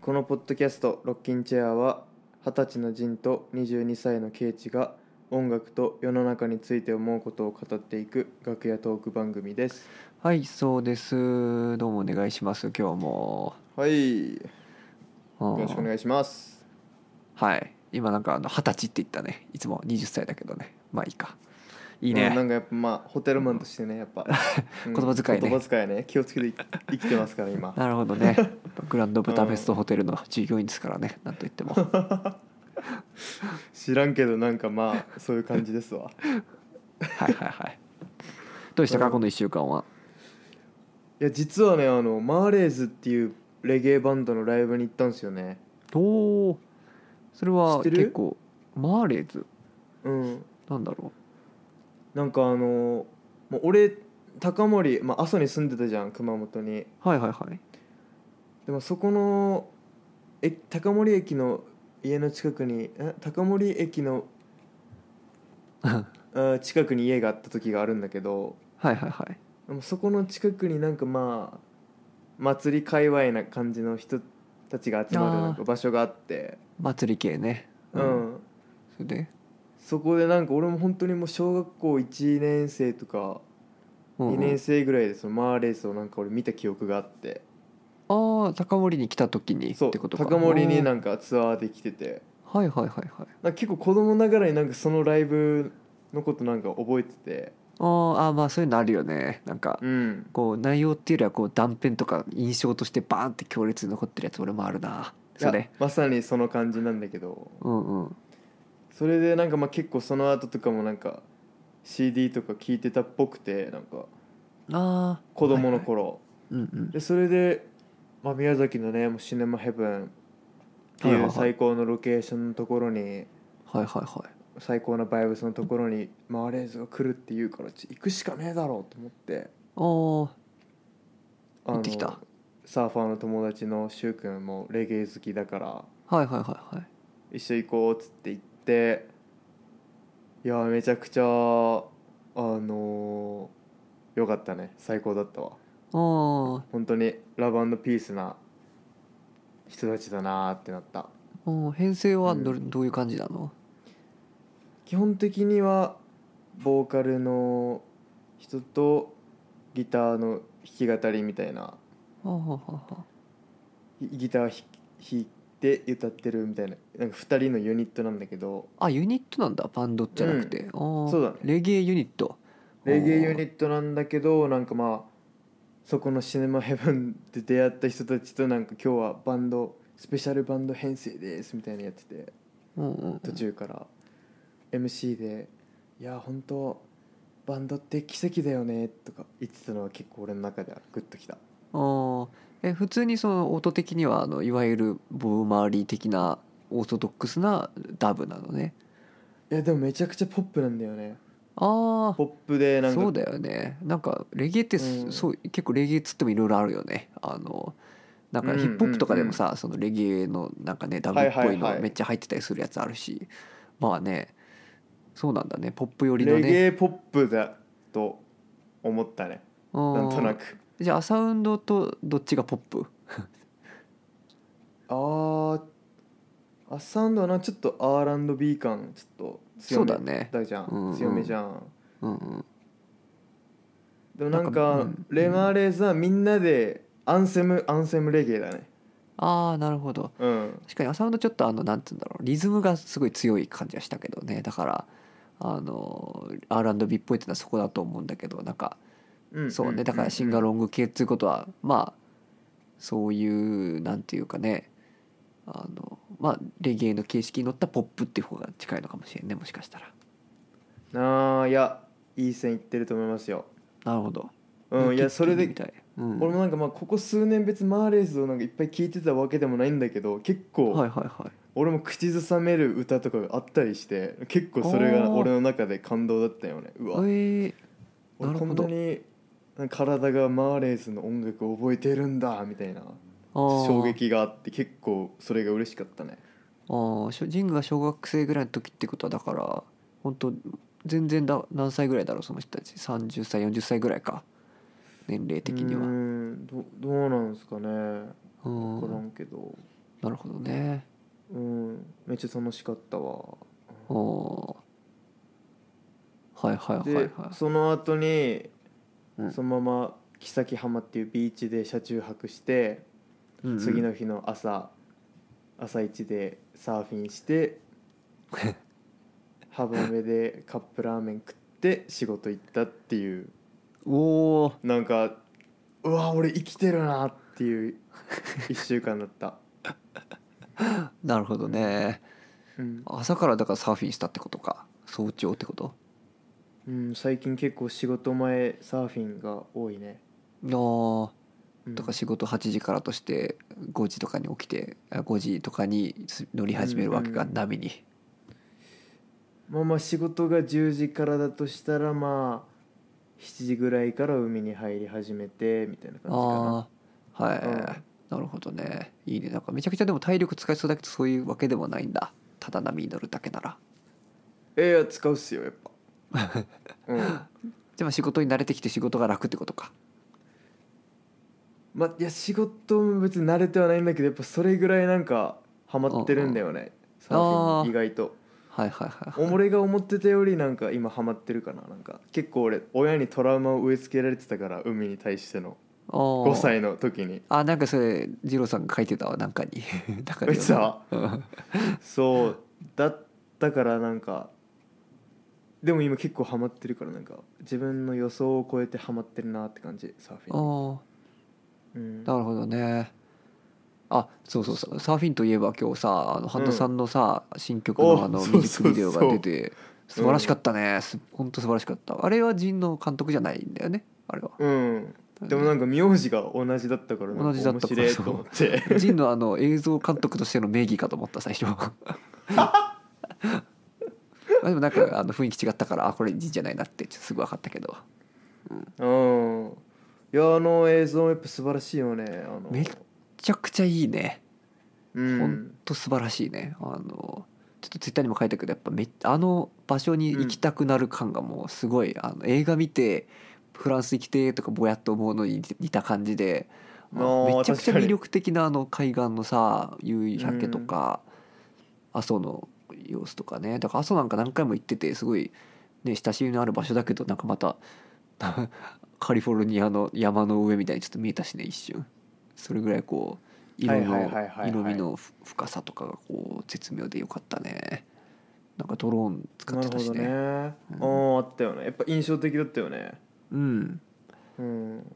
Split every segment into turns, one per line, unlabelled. このポッドキャスト「ロッキンチェア」は二十歳のジンと22歳のケイチが音楽と世の中について思うことを語っていく楽屋トーク番組です
はいそうですどうもお願いします今日も
はいよ
よ
ろしくお願いします
はい今なんかあの二十歳って言ったねいつも20歳だけどねまあいいかい
い
い
な
ね
んかやっぱまあホテルマンとしてねやっぱ、うん
言葉遣いね
言葉遣いね気をつけてい生きてますから 今
なるほ どねグランドブダペストホテルの従業員ですからねなんと言って も
知らんけどなんかまあそういう感じですわ
はいはいはいどうでしたか、
うん
この1週間はい
や実はねあのマーレーズっていうレゲエバンドのライブに行ったんですよね
おおそれ
知っ
は
てる
結構マーレーズ
うん
なんだろ
なんかあのもう俺高森、まあ、阿蘇に住んでたじゃん熊本に
うはいはいはい
でもそこのえ高森駅の家の近くにえ高森駅のあ近くに家があった時があるんだけど
はいはいはい
でもそこの近くになんかまあ祭り界隈な感じの人たちが集まる
あー
なんか場所があって
祭り系ね
うん、
それで、
そこでなんか俺も本当にもう小学校1年生とか
うんうん
2年生ぐらいでそのマーレースをなんか俺見た記憶があって。
ああ高森に来た時にっ
そう
てことか
高森に
おー
なんかツアーで来てて
はいはいはいはい
なんか結構子供ながらになんかそのライブのことなんか覚えてて
あーあーまあそういうのあるよねなんか
うん
こう内容っていうよりはこう断片とか印象としてバーンって強烈に残ってるやつ俺もあるないそ
や
れ
まさにその感じなんだけど
うんうん
それでなんかまあ結構その後とかもなんか CD とか聞いてたっぽくてなんか
ああ
子供の頃、
うんうん
でそれで、まあ、宮崎のねもうシネマヘブンって
はいは
い
いは
う
い
最高のロケーションのところに
はいはいはい
最高のバイブスのところにマーレーズが来るっていうからち行くしかねえだろうと思って。
あー
あの
行ってきた
サーファーの友達のく君もレゲエ好きだから
はいはいはいはい
一緒行こうっつって行っていやめちゃくちゃあのよかったね最高だったわ
あー
本当にラブピースな人たちだなーってなった
あー編成はど,、
う
どういう感じなの
基本的にはボーカルの人とギターの弾き語りみたいな
あーはーはーは
ギギターひ弾いて歌ってるみたいななんか2人のユニットなんだけど
ーあユニットなんだバンドじゃなくて、あー
そうだね
レゲエユニット
レゲエユニ
ッ
ットなんだけどなんかまあそこのシネマヘブン で出会った人たちとなんか今日はバンドスペシャルバンド編成ですみたいなのやってて
ト、うんうんうん、
途中から MC で「いや本当バンドって奇跡だよね」とか言ってたのは結構俺の中ではグッときた
ああえ普通にその音的にはあのいわゆるボブ・マーリー的なオーソドックスなダブなのね
いやでもめちゃくちゃポップなんだよね
あ
ポップで
あ
なんか
そうだよねなんかレゲエってす、
うん
そう結構レゲエっつってもいろいろあるよねあのなんか
うん
ヒップホップとかでもさ、そのレゲエのなんかねダブっぽ
はい
い
はいは
の
い
めっちゃ入ってたりするやつあるし、まあねそうなんだねポップ寄りの
レゲ
ね
エポップだと思ったね
な
なんとなく
じゃあサウンドとどっちがポップ
あーアッサンドはなちょっと R&B 感ちょっと強
そ
め
うだね
じゃん、
うんうん
強めじゃん
うんうん
でもなん
なんか
か
うん
レマーレーズはみんなでアンセムアンセムレゲエだね
ああなるほど
うん
確かにアサウンドちょっとあのなんつうんだろうリズムがすごい強い感じはしたけどねだからあの R&B っぽいってのはそこだと思うんだけどなんか
うん
そうねだからシンガ
ロ
ロング系っていうことはまあそういうなんていうかねあのまあレゲエの形式に乗ったポップっていう方が近いのかもしれんねもしかしたら。
ああいやいい線いってると思いますよ
なるほど。
うんいやそれで
みたいうん、
俺
はい
もなんかまあここ数年別にマーレーズをなんかいっぱい聴いてたわけでもないんだけど結
はい
構
はい。
俺も口ずさめる歌とかがあったりして結構それが俺の中で感動だったよねうわ
えー、
俺
なる
こんな
ほど
に体がマーレーズの音楽を覚えてるんだみたいな
あー
衝撃があって結構それが嬉しかったね
ああしょジンが小学生ぐらいの時ってことはだから本当全然だ何歳ぐらいだろうその人たち30歳40歳ぐらいか年齢的に
うー
は
んどどうなんですかね
うん
分からんけど
なるほどね
うんめっちゃ楽しかったわ
おおーはいはいはい
で
はい
その後に
うん
そのまま木浜っていうビーチで車中泊して
うんうん
次の日の朝朝一でサーフィンして 浜辺でカップラーメン食って仕事行ったっていう
おお
なんかうわ俺生きてるなって いう1週間だった、
なるほどね
うん
朝からだからサーフィンしたってことか早朝ってこと
うん、最近結構仕事前サーフィンが多いね、
ああ
うん
だから仕事8時からとして5時とかに起きてあ5時とかに乗り始めるわけ
う
が
んうん
波に
まあまあ仕事が10時からだとしたらまあ7時ぐらいから海に入り始めてみたいな感じ
ああはい、
うん
なるほどねいいねなんかめちゃくちゃでも体力使いそうだけどそういうわけでもないんだただ波に乗るだけなら
かないや使うっすよやっ ぱうん
でも仕事に慣れてきて仕事が楽ってことか
まあいや仕事も別に慣れてはないんだけどやっぱそれぐらいなんかハマってるんだよねサーフィンに意外と
はいはい はいはい
俺が思ってたよりなんか今ハマってるかななんか結構俺親にトラウマを植え付けられてたから海に対しての
おー
5歳の時に
あなんかそれ二郎さんが書いてたわなんかに なんか
書いてたわ
うん
そうだったからなんかでも今結構ハマってるからなんか自分の予想を超えてハマってるなって感じサーフィン
おー
うん
なるほどねあそうそうそうサーフィンといえば今日さあの半田さんのさ、新曲のあの
お
ミ
そ
ュー
う
ジッ
そうそう
クビデオが出て素晴らしかったね、す本当素晴らしかったあれは陣の監督じゃないんだよねあれは
うんでもなんか名字が同じだったからなん
同じ
か
だっ
面
たから
白いと思って
陣のあの映像監督としての名義かと思った最初まあでもなんかあの雰囲気違ったからあこれ陣じゃないなってちょっとすぐ分かったけど
うんいやあの映像やっぱ素晴らしいよねあの
めっめちゃくちゃいいね
う
ほ
ん
んと素晴らしいねあのちょっとツイッターにも書いたけどやっぱめあの場所に行きたくなる感がもうすごい、あの映画見てフランス行きてとかぼやっと思うのに似た感じであ
あー
めちゃくち
確
ゃ
かに
魅力的なあの海岸のさ夕焼けとか、阿蘇の様子とかねだから阿蘇なんか何回も行っててすごい、ね、親しみのある場所だけどなんかまた カリフォルニアの山の上みたいにちょっと見えたしね一瞬それぐらいこう色
は
の
いはいはいはいはい
色味のふ深さとかがこう絶妙でよかったねなんかドローン使
な
っ
る
て
ほ
たし
ど
ね
ね
う
あああったよねやっぱ印象的だったよね
うん
うん
でも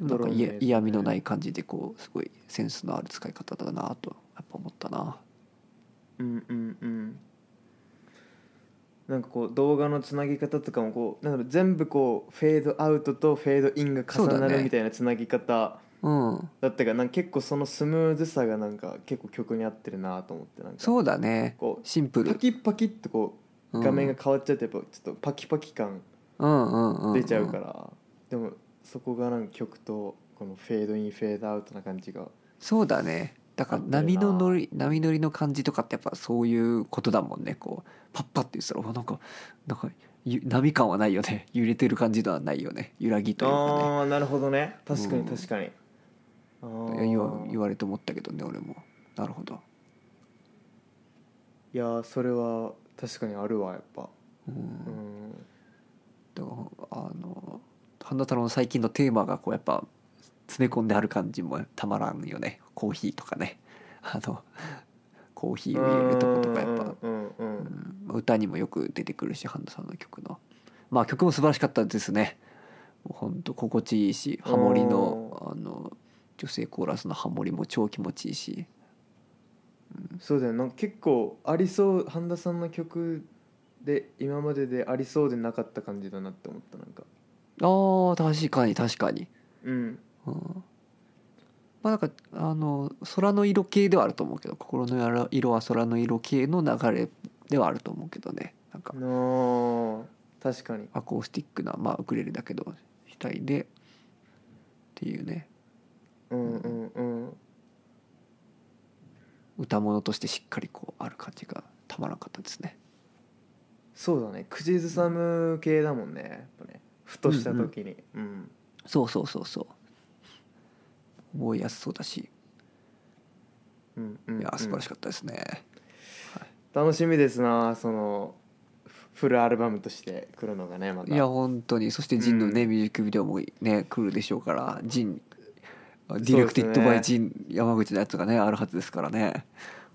なん
ドロ
か
ーンの
いや
映像ね
嫌味のない感じでこうすごいセンスのある使い方だなとやっぱ思ったな
うんうんうんなんかこう動画のつなぎ方とかもこうなんだろう全部こうフェードアウトとフェードインが重
そう
な
だ
る
ね
みたいなつなぎ方
うん
だったからなんか結構そのスムーズさがなんか結構曲に合ってるなと思ってなんか
そうだね
こ
シンプ
うパ
ル
キッパキッとこう画面が変わっちゃってやっぱちょっとパキパキ感
うんうんうんん
出ちゃうから、でもそこがなんか曲とこのフェードインフェードアウトな感じが
そうだねだか
合っ
ら
てるな
波の乗り波乗りの感じとかってやっぱそういうことだもんねこうパッパって言ってたらおなんかなんかゆ波感はないよね 揺れてる感じではないよね揺らぎというか
ああーなるほどね確か
うん
に確かに、あ
ね
ー
いや言わ言われて思ったけどね俺もなるほど、
いやーそれは確かにあるわやっぱ
うん
うん
だからあの半田太郎の最近のテーマがこうやっぱ詰め込んである感じもたまらんよねコーヒーとかねあのコーヒーを入れるとことかやっぱ
うんうんうんうん
うん歌にもよく出てくるしハンドさんの曲のまあ曲も素晴らしかったですねもうほんと心地いいしハモリのあの女性コーラスのハモリも超気持ちいいし
そうだよなんか結構ありそう半田さんの曲で今まででありそうでなかった感じだなって思ったなんか
あー確かに確かに、
うん
うん、まあなんかあの空の色系ではあると思うけど心のやら色は空の色系の流れではあると思うけどねなんか
の確かに
アコースティックな、まあ、ウクレレだけど主体でっていうね
うんうんうん
歌物としてしっかりこうある感じがたまらなかったですね。
そうだね口ずさむ系だもんねやっぱねふとした時にうん、
そうそうそうそう覚えやすそうだし
うんうんうん
いや素晴らしかったですね、
楽しみですなそのフフルアルバムとして来るのがねまた
いや本当にそしてジンのね、
うん
ミュージックビデオもね来るでしょうからジンデ
うです
ィ
ね
レクティッドバイジン、山口のやつがねあるはずですからね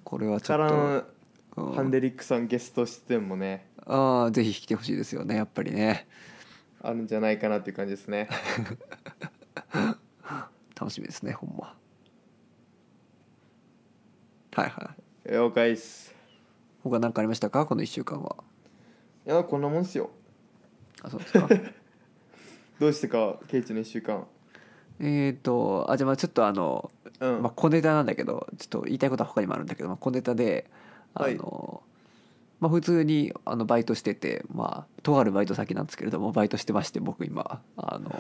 これはちょ
か
っ
ら
と、
の
うん
ハンデリックさんゲスト出演もね
あーぜひ来てほしいですよねやっぱりね
あるんじゃないかなっていう感じです ね
楽しみですねほんまはいはい
了解っす
他何かありましたかこの1週間はい
やこんなもんっすよ
あそうですか
どうしてかケイチの1週間
えっとあじゃあまあちょっとあの
うん、
まあ、小ネタなんだけどちょっと言いたいことは他にもあるんだけど、まあ、小ネタであ
はい
の、まあ、普通にあのバイトしてて、まあ、とあるバイト先なんですけれどもバイトしてまして僕今あの、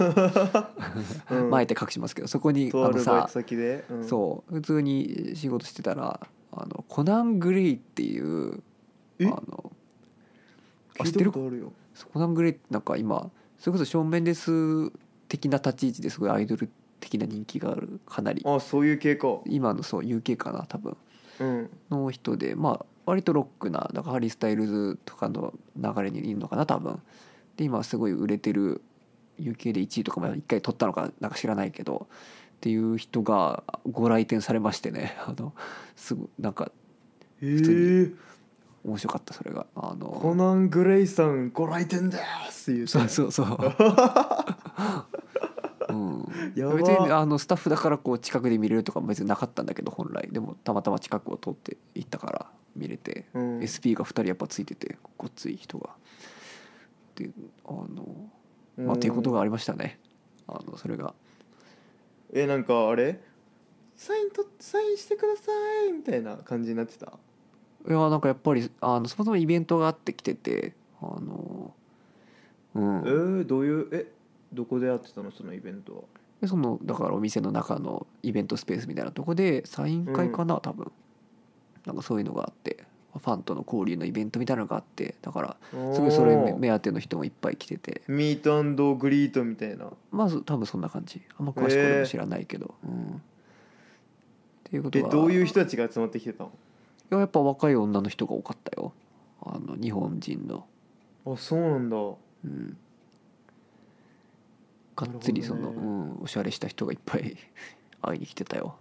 うん
前って隠しますけどそこにあ
とあ
の
るバイ
さ
ト、先で、うん
そう普通に仕事してたらあのコナン・グレイっていうあ
え
のあ
聞
知
い
って
た
る
ことあるよ
そうコナン・グレイってなんか今それこそ正面です的な立ち位置ですごいアイドル的な人気があるかなり
あそういう系か
今のそう UK かな多分。
うん
の人でまあ割とロックなだからハリー・スタイルズとかの流れにいるのかな多分で今すごい売れてる UK で1位とかも1回取ったのかなんか知らないけどっていう人がご来店されましてね あのすごいなんか
ええ
通面白かったそれがあ
コナ
の
ン・グレイさんご来店だよっていう
そうそうそう うん
や
別に
ば
あのスタッフだからこう近くで見れるとかも別になかったんだけど本来でもたまたま近くを通って行ったから見れて
うん
SP が2人やっぱついててごっつい人が。であのまあっていうことがありましたね。あのそれが
えなんかあれサインとサインしてくださいみたいな感じになってた
いやなんかやっぱりあのそもそもイベントがあってきててあのう
え
ん
ー、どういうえどこでやってたのそのイベントは
でそのだからお店の中のイベントスペースみたいなとこでサイン会かな多分なんかそういうのがあってファンとの交流のイベントみたいなのがあってだからすごいそれめ目当ての人もいっぱい来てて
ミートグリートみたいな
まあそ多分そんな感じあんま詳しく俺も知らないけど、うんっていうこと
え
は
どういう人たちが集まってきてたの
いややっぱ若い女の人が多かったよあの日本人の
あそうなんだ
うんがっつりそ
な
の、
るほ
う
どね
ん、おしゃれした人がいっぱい 会いに来てたよ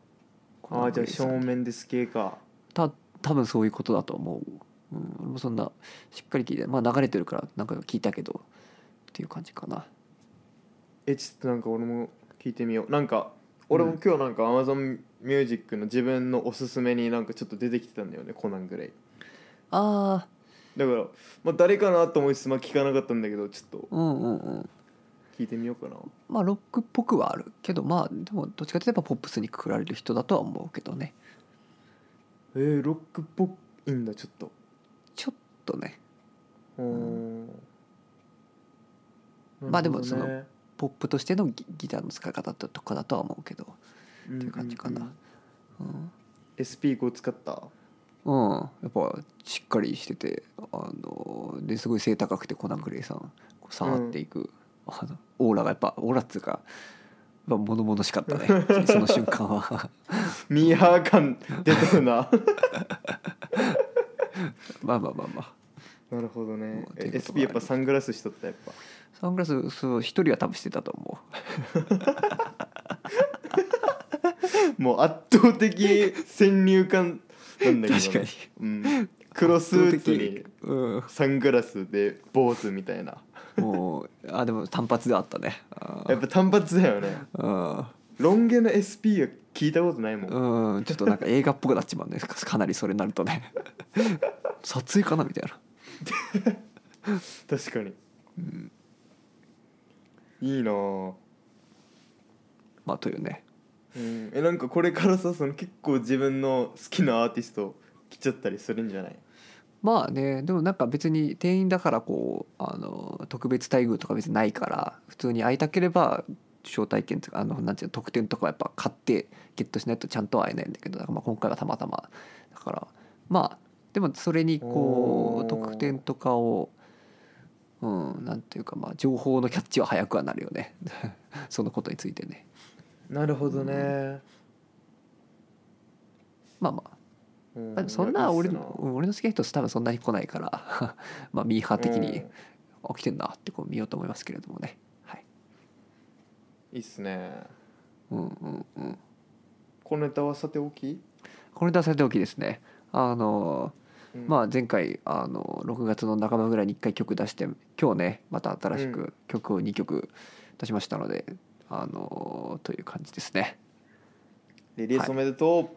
あーじゃあ正
ン
面です系か
た多分そういうことだと思う、うん、俺もそんなしっかり聞いてまあ流れてるからなんか聞いたけどっていう感じかな
えちょっとなんか俺も聞いてみようなんか俺も
うん
今日なんか Amazon ミュージックの自分のおすすめになんかちょっと出てきてたんだよねコナングレイ
あ
だから、まあ、誰かなと思いつつ、まあ、聞かなかったんだけどちょっと
ーうんうんうん
聞いてみようかな
まあロックっぽくはあるけどまあでもどっちかといえばポップスにくくられる人だとは思うけどね
えー、ロックっぽいんだちょっと
ちょっとね
うーん
まあでもそ
な
の
る
ポップとしてのギギターの使い方とかだとは思うけど
ほどね
っていう感じかなうん、
SP5 使った
うん、やっぱしっかりしててあのですごい背高くてコナン・グレイさんこう触っていく、あのオーラがやっぱオーラっつうかやっぱ物々しかったね その瞬間は
ミーハー感出てるな
まあまあまあま あ
なるほどね
うん
え
っていうことが
SP やっぱサングラスしとったやっぱ
サングラスそう一人は多分してたと思う
もう圧倒的先入観なんだけど、
確かに
うん、黒スーツに
うん
サングラスで坊主みたいな
もうあでも単発ではあったねあ
やっぱ単発だよね
うん
ロン毛の SP は聞いたことないもん、
うんちょっとなんか映画っぽくなっちまうんですかかなりそれになるとね 撮影かなみたいな
確かに、いいなあ
まあというね
うん、えなんかこれからさその結構自分の好きなアーティスト来ちゃったりするんじゃない
まあねでもなんか別に店員だからこうあの特別待遇とか別にないから普通に会いたければ招待券とかあのなんていうの特典とかはやっぱ買ってゲットしないとちゃんとは会えないんだけどだからまあ今回はたまたまだからまあでもそれにこ
おー
う特典とかをうんなんていうかまあ情報のキャッチは早くはなるよね そのことについてね。
なるほ
どねまあまあ
うん
まあそんな俺
いやいい
の
っすな
俺の好きな人多分そんなに来ないから まあミーハー的に
うん
起きてんなってこう見ようと思いますけれどもねはい
いいっすね
うんうんうん
このネタはさておき、
これ出されておきですねあの
うん
まあ前回あの6月の半ばぐらいに1回曲出して今日ねまた新しく曲を2曲出しましたので、あのという感じですね
リリースおめでと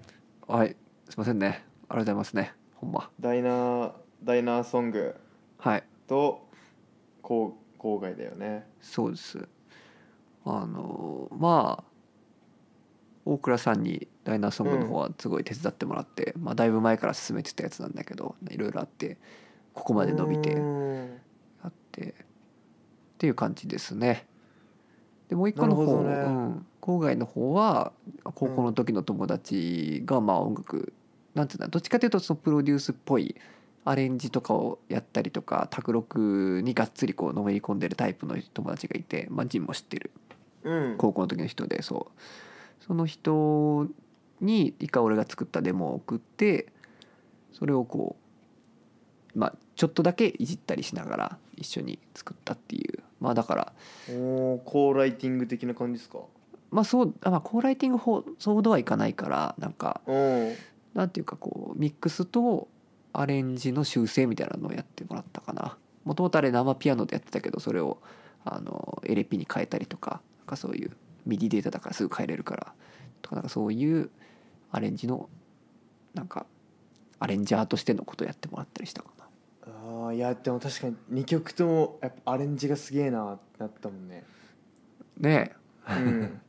う、
はいすいませんねありがとうございますねほんま
ダイナーダイナーソング
はい
と郊郊外だよね
そうですあのまあ大倉さんにダイナーソングの方はすごい手伝ってもらって、まあ、だいぶ前から進めてたやつなんだけどいろいろあってここまで伸びて
うん
あってっていう感じですね。でもう一個の
なる
方、
ほどね
うん、郊外の方は高校の時の友達がまあ音楽、なんつうんだどっちかというとそのプロデュースっぽいアレンジとかをやったりとか卓録にがっつりこうのめり込んでるタイプの友達がいて、まあ、ジンも知ってる
うん
高校の時の人でそうその人に一回俺が作ったデモを送ってそれをこうまあちょっとだけいじったりしながら一緒に作ったっていうまあだから
おおコーライティング的な感じですか
まあそうあまあコーライティングほそうではいかないからなんか
うん
なんていうかこうミックスとアレンジの修正みたいなのをやってもらったかなもともとあれ生ピアノでやってたけどそれをあの LP に変えたりとかなんかそういうミディデータだからすぐ変えれるからとかなんかそういうアレンジのなんかアレンジャーとしてのことをやってもらったりしたかな
ああいやでも確かに2曲ともやっぱアレンジがすげえなってなったもんね
ね
う
え
ん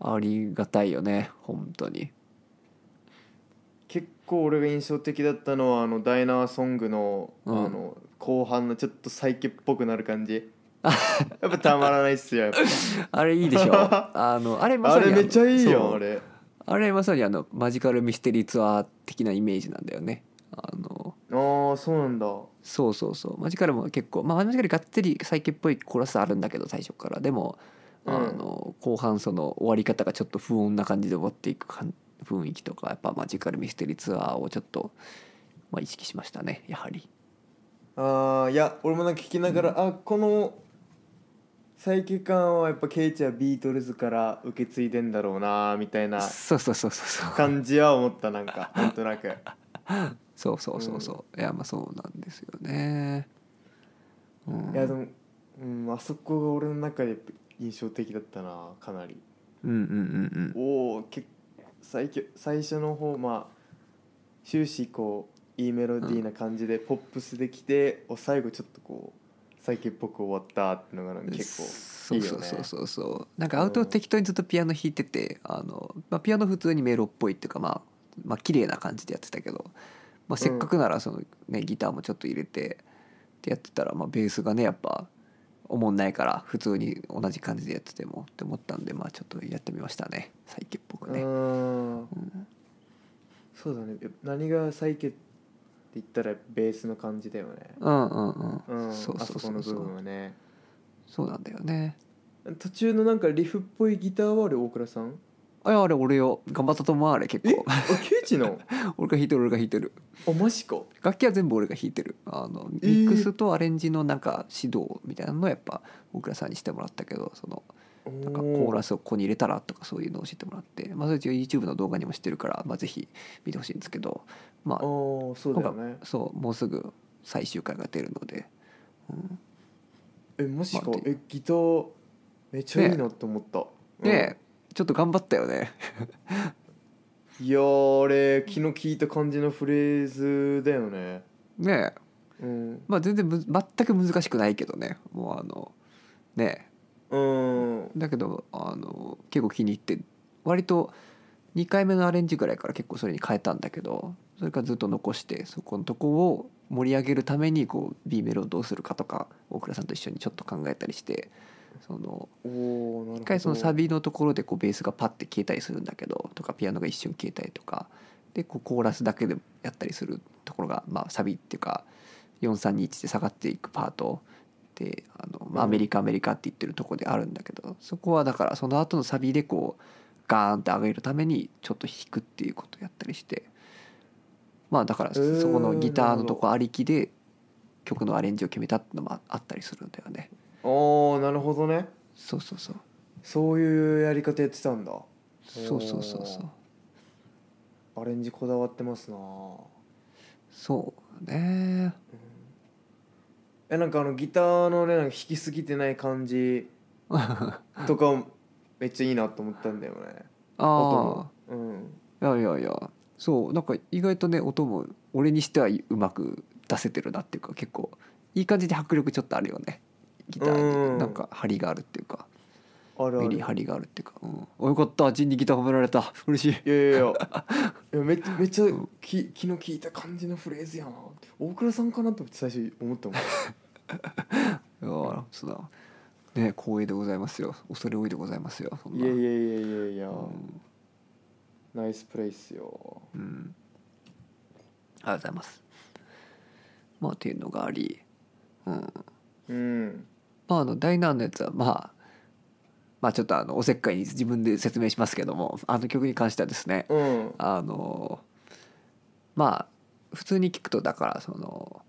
ありがたいよね本当に
結構俺が印象的だったのはあのダイナーソングの,、
うん
あの後半のちょっとサイケっぽくなる感じ やっぱたまらないっすよやっ
あれいいでし ょあのあれま
ぱ
さ
あ
に
れめ
の
っちゃいい
そ
よ
う
あれ
あれまさにあのマジカルミステリーツアー的なイメージなんだよねあの
ああそうなんだ
そうそうそうマジカルも結構まあマジカルがっつりサイケっぽいコーラスあるんだけど最初からでも、
うん
あの後半その終わり方がちょっと不穏な感じで終わっていく感雰囲気とかやっぱマジカルミステリーツアーをちょっと、まあ、意識しましたねやはり
ああいや俺もなんか聞きながら、あこのサイケ感はやっぱケイチはビートルズから受け継いでんだろうなみたいな
そうそうそうそうそう
感じは思ったなん かなんとなく
そうそうそうそういやまあそうなんですよねうん
いやでも、うん、あそこが俺の中で印象的だったなかなり
うんうんうんうん
おお結最強最初の方まあ終始こういいメロディーな感じで、ポップスできてお最後ちょっとこう最近っぽく終わったってのがなんか結
そうい
いよ
そう
ね
そうそうそうなんかアウト適当にずっとピアノ弾いててあの、まあ、ピアノ普通にメロっぽいっていうかまあまあ綺麗な感じでやってたけど、まあ、せっかくならその、ね、ギターもちょっと入れてってやってたら、まあ、ベースがねやっぱおもんないから普通に同じ感じでやっててもって思ったんでまあちょっとやってみましたね最近っぽ
構
くね。
うーん
うん
そうだねやっぱ何が最近って言ったらベースの感じだよね
うんうん
う
うん
ん
そうそうそう
あそ
そ
この部分
う
はね
そうなんだよね
途中のなんかリフっぽいギターはあれ大倉さん
あいやあれ俺よ頑張ったと思うあれ結
え
構
あケイチの
俺が弾いてる俺が弾いてる
あマジか
楽器は全部俺が弾いてるあのミ
えー
ックスとアレンジのなんか指導みたいなのをやっぱ大倉さんにしてもらったけどそのなんかコーラ
ス
スをここに入れたらとかそういうのを教えてもらって、まあ、それ一応 YouTube の動画にもしてるから、まあ、ぜひ見てほしいんですけどま
あ
あ
ーそうだよね
そうもうすぐ最終回が出るので、うん
えマジか
まあで
えギターめっちゃいいなと思った、
で、ちょっと頑張ったよね
うんいやーあれ昨日聞いた感じのフレーズだよね
ねえ
うん、
まあ全然む全く難しくないけどねもうあのねえ
うん、
だけどあの結構気に入って割と2回目のアレンジぐらいから結構それに変えたんだけどそれからずっと残してそこのとこを盛り上げるためにこう B メロをどうするかとか大倉さんと一緒にちょっと考えたりしてその
おおなるほど
一回そのサビのところでこうベースがパッて消えたりするんだけどとかピアノが一瞬消えたりとかでこうコーラスだけでやったりするところがまあサビっていうか4321で下がっていくパートであのまあ
うん
アメリカアメリカって言ってるところであるんだけどそこはだからその後のサビでこうガーンって上げるためにちょっと弾くっていうことをやったりしてまあだから
えー
そこのギターのとこありきで曲のアレンジを決めたってのもああったりするんだよね
おーなるほどね
そうそうそう
そういうやり方やってたんだ
そうそうそうそう
アレンジこだわってますな
そうね
えなんかあのギターのねなんか弾きすぎてない感 じとかめっちゃいいなと思ったんだよね
あ
音もうん
あいやいやいやそうなんか意外とね音も俺にしてはうまく出せてるなっていうか結構いい感じで迫力ちょっとあるよねギター
うん
になんか張りがあるっていうか
あるあ
メ
る
リ
い
ハリがあるっていうか、うん、およかったジンにギター褒められた嬉しい
やいやいやいやめ っちゃめっちゃ
うん
き昨日聞いた感じのフレーズやな大倉さんかなと思って最初思 ったもん
いやーそうだね光栄でございますよ恐れ多いでございますよそん
い
な
やいやいやいやいや、
うん
ナイスプレイっすよ
うんありがとうございますまあっていうのがあり、うん、
うん
まああの第7のやつはまあまあちょっとあのおせっかいに自分で説明しますけどもあの曲に関してはですね
うん
あのまあ普通に聞くとだからその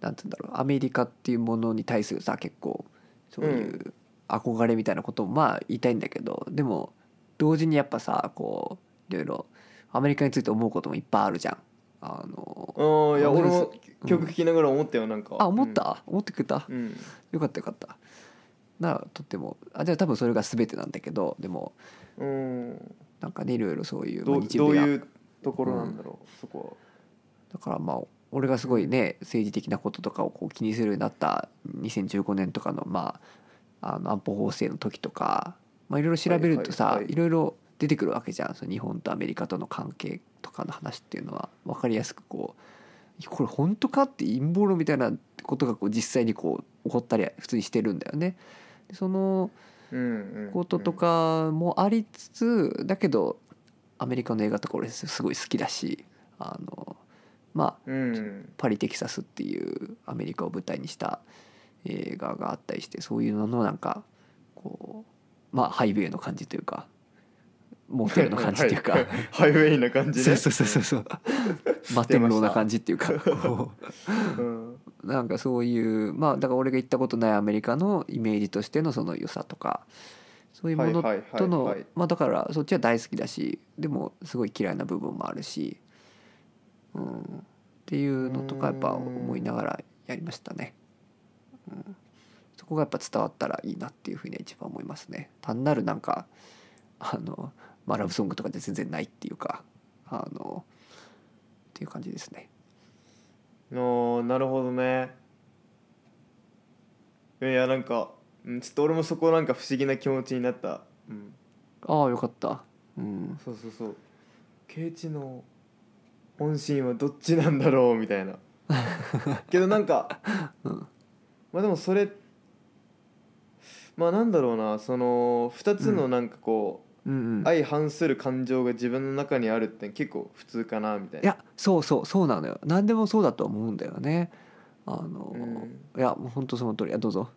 なんて言うんだろうアメリカっていうものに対するさ結構そういう憧れみたいなこともまあ言いたいんだけどでも同時にやっぱさこういろいろアメリカについて思うこともいっぱいあるじゃん。あの
うんいや
まあ
俺も
うん
曲聴きながら思ったよなんか
あ思った、思ってくれた、
うん、うん
よかったよかった。ならとってもあじゃあ多分それが全てなんだけどでも
うん
なんかねいろいろそういうまあ
どうどう
米が
いうところなんだろう、そこ
だからまあ俺がすごいね政治的なこととかをこう気にするようになった2015年とかのまああの安保法制の時とかまあいろいろ調べると
はい
さ
はいはい
いろいろ出てくるわけじゃんその日本とアメリカとの関係とかの話っていうのは分かりやすくこうこれ本当かって陰謀論みたいなことがこう実際にこう起こったり普通にしてるんだよね。でその
は、うんうん、
こととかもありつつだけどアメリカの映画とか俺すごい好きだしあのまあ
うん
パリ・テキサスっていうアメリカを舞台にした映画があったりしてそういうののなんかこうまあハイウェイの感じというかモーテルの感じというか
は ハイウェイな感じ
そう
ね
そうそうそ うそうマテンローな感じっていうかこ
うん
うなんかそういうまあだから俺が行ったことないアメリカのイメージとしてのその良さとかそういうもの
はいはいはい
との、
はい
まあだからそっちは大好きだしでもすごい嫌いな部分もあるし、うん、っていうのとかやっぱ思いながらやりましたね、うん、そこがやっぱ伝わったらいいなっていうふうには一番思いますね単なるなんかあの、まあ、ラブソングとかじゃ全然ないっていうかあのっていう感じですね
のなるほどねいやなんかうんちょっと俺もそこなんか不思議な気持ちになった、うん、
ああよかったうん
そうそうそうケイチの本心はどっちなんだろうみた いなけどなんか、
うん
まあでもそれまあなんだろうなその2つのなんかこう、
うんうん
相反する感情が自分の中にあるって結構普通かなみたい
い
な。
やそうそうそうなのよ何でもそうだと思うんだよねあの、
うん
いやもう本当その通りあどうぞ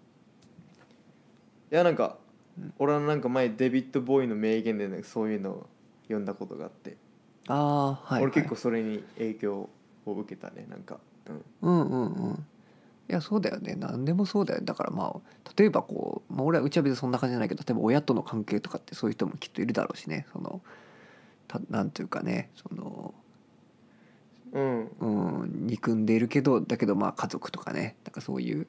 いやなんか、
うん
俺はなんか前デビッド・ボーイの名言でなんかそういうのを読んだことがあって、
ああはい、はい、
俺結構それに影響を受けたねなんか、うん
うんうんうんいやそうだよね何でもそうだよだからまあ例えばこう、まあ、俺はうちは別にそんな感じじゃないけど例えば親との関係とかってそういう人もきっといるだろうしねそのたなんていうかねその
うん、
うん憎んでいるけどだけどまあ家族とかねなんかそういう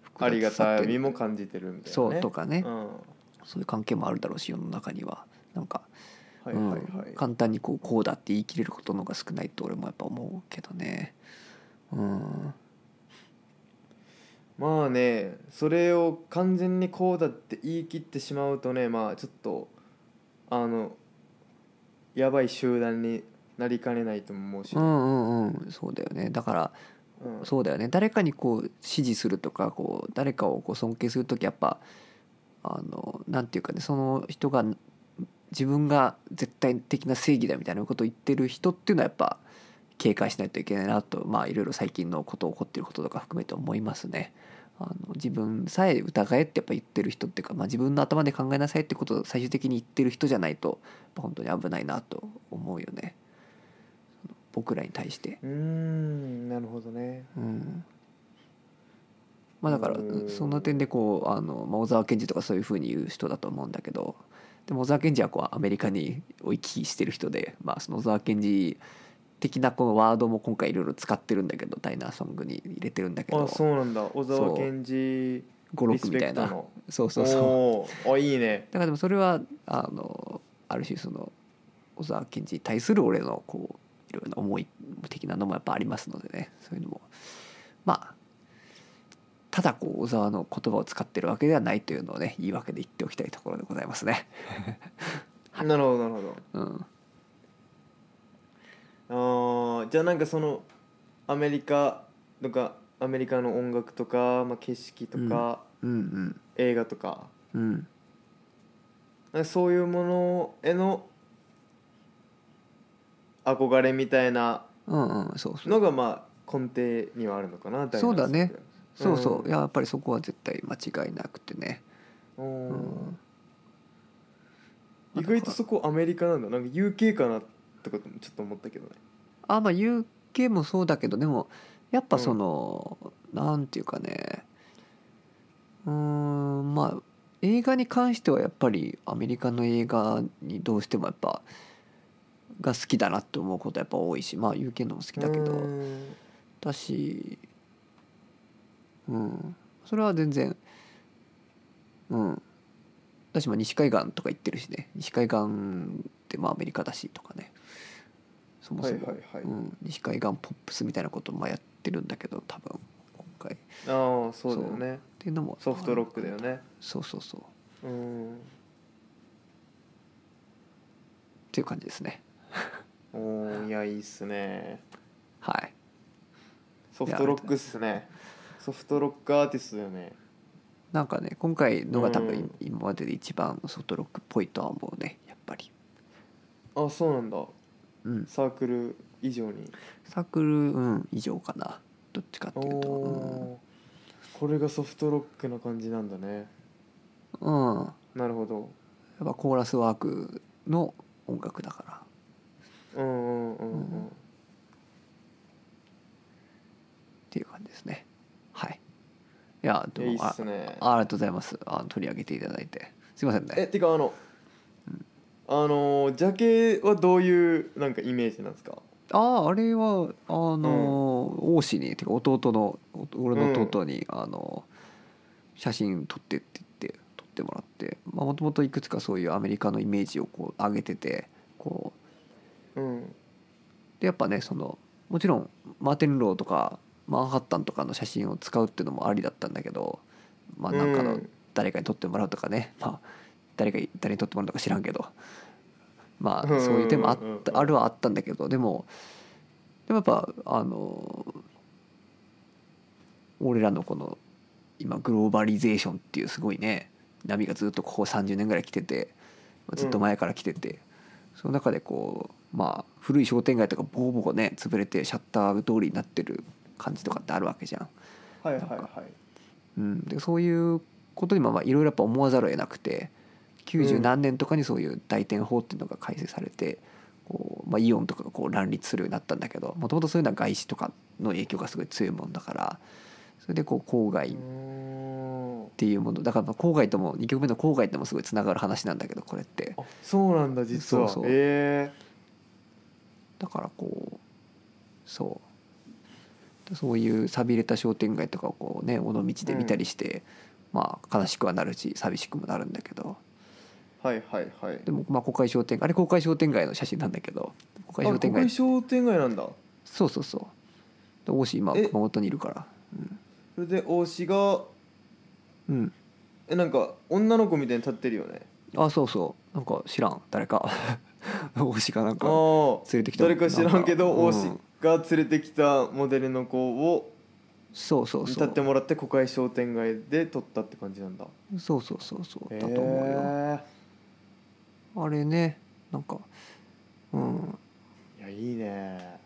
複雑
ありが
さ
た
って
み
う
も感じてるみたいな、ね、
そうとかね、
うん、は
そういう関係もあるだろうし世の中にはなんか
いはいはい、
うん、簡単にこうこうだって言い切れることの方が少ないと俺もやっぱ思うけどねうん
まあねそれを完全にこうだって言い切ってしまうとねまあちょっとあのやばい集団になりかねないとも思うし、
うんうんうんそうだよねだから
うん
そうだよね誰かにこう支持するとかこう誰かをこう尊敬する時やっぱあのなんていうかねその人が自分が絶対的な正義だみたいなことを言ってる人っていうのはやっぱ警戒しないといけないなとまあいろいろ最近のこと起こってることとか含めて思いますね。あの自分さえ疑えってやっぱ言ってる人っていうか、まあ、自分の頭で考えなさいってことを最終的に言ってる人じゃないとやっぱ本当に危ないなと思うよねその僕らに対して。
うーんなるほどね
うんまあ、だから
うん
その点でこうあの、まあ、小沢健二とかそういうふうに言う人だと思うんだけどでも小沢健二はこうアメリカにお行き来してる人で、まあ、その小沢健二的なこのワードも今回いろいろ使ってるんだけどダイナーソングに入れてるんだけど
あそうなんだ小
そ
沢
う
健二リ
56
ス
みた
ペ
い
クト
な
の
そう
そ
そううそう
そうあいいね
だからでもそれはあのある種その小沢健二に対する俺のこういろいろな思い的なのもやっぱありますのでねそういうのもまあただこう小沢の言葉を使ってるわけではないというのをね言い訳で言っておきたいところでございますね。
なるほどなるほど
うん、
あーじゃあなんかそのアメリカとかアメリカの音楽とか、まあ、景色とか、
うん、
映画とか
うん、うん、
なんかそういうものへの憧れみたいな
うん、うん、そうそう。
のがまあ根底にはあるのかな
そうだねそうそう、
うん
いややっぱりそこは絶対間違いなくてね。
ダイナソーって
うん、
うん意外とそこアメリカなんだなんか UK かなってこともちょっと思ったけどね
あまあ UK もそうだけどでもやっぱその、なんていうかねうーんまあ映画に関してはやっぱりアメリカの映画にどうしてもやっぱが好きだなって思うことはやっぱ多いしまあ UK のも好きだけど、
うん
だしうんそれは全然うんだしまあ西海岸とか行ってるしね西海岸ってまあアメリカだしとかねそも
はい
そ
は
も、
いはい、
うん、西海岸ポップスみたいなこともやってるんだけど多分今回っ
ああそうだよね
ていうのも
ソフトロックだよね
そうそうそうっ
うん
ていう感じですね
おーいやいいっすね
はい
ソフトロックっすねソフトロックアーティストだよね
なんかね今回のが多分、
うん
今までで一番ソフトロックっぽいとは思うねやっぱり、
あそうなんだ
うん、
サークル以上に
サークル、うん、以上かなどっちかって
お
いうと、うん
おーこれがソフトロックな感じなんだね
うん、やっ
なるほど
ぱコーラスワークの音楽だから
うんうんうんうん
っていう感じですねはいいや
い
ど
やいうい
も
っ
あ
すね
あありがとうございますあ取り上げていただいてすいませんね
えてかあのあのージャケはどういうなんかイメージなんですか
あああれはあのー、王子にてか弟のお俺の弟に、あのー写真撮ってって言って撮ってもらってもともといくつかそういうアメリカのイメージをこう上げててこう
うん
でやっぱねそのもちろんマーテンローとかマンハッタンとかの写真を使うっていうのもありだったんだけどまあなんか
う
の
ん
誰かに撮ってもらうとかね、まあ誰か誰に撮ってもらうのか知らんけどまあ
うんうんうんうん
そういう手もあったあるはあったんだけどでもでもやっぱあの俺らのこの今グローバリゼーションっていうすごいね波がずっとここ30年ぐらい来ててずっと前から来てて、その中でこうまあ古い商店街とかボコボコね潰れてシャッター通りになってる感じとかってあるわけじゃん。
はいはいはい
うん、でそういうことにまあまあいろいろやっぱ思わざるを得なくて90何年とかにそういう大店法っていうのが改正されてこう、まあ、イオンとかがこう乱立するようになったんだけどもともとそういうのは外資とかの影響がすごい強いもんだからそれでこう郊外
うーん
っていうものだからまあ郊外とも2曲目の郊外ともすごいつながる話なんだけどこれって
あそうなんだ実は
そうそう
え
だからこうそうそういう寂れた商店街とかをこうね尾道で見たりして、まあ悲しくはなるし寂しくもなるんだけど
えはいはいはい
でもまあ公開商店あれ公開商店街の写真なんだけど公開商
あこ
店
こに
街
商店街なんだ
そうそうそうで王子今
え
熊本にいるから
それで大志が
うん
えなんか女の子みたいに立ってるよね
あそうそうなんか知らん誰か 王子がなん
あ
か
あ
連れてきた
誰か知らんけど
なんか
大
う
志
ん
が連れてきたモデルの子を
そうそうそ
立っ
う
てもらって小会商店街で撮ったって感じなんだ
そうそうそうそう
へ
だと思うよ、
え
あれねなんかうん
いやいいね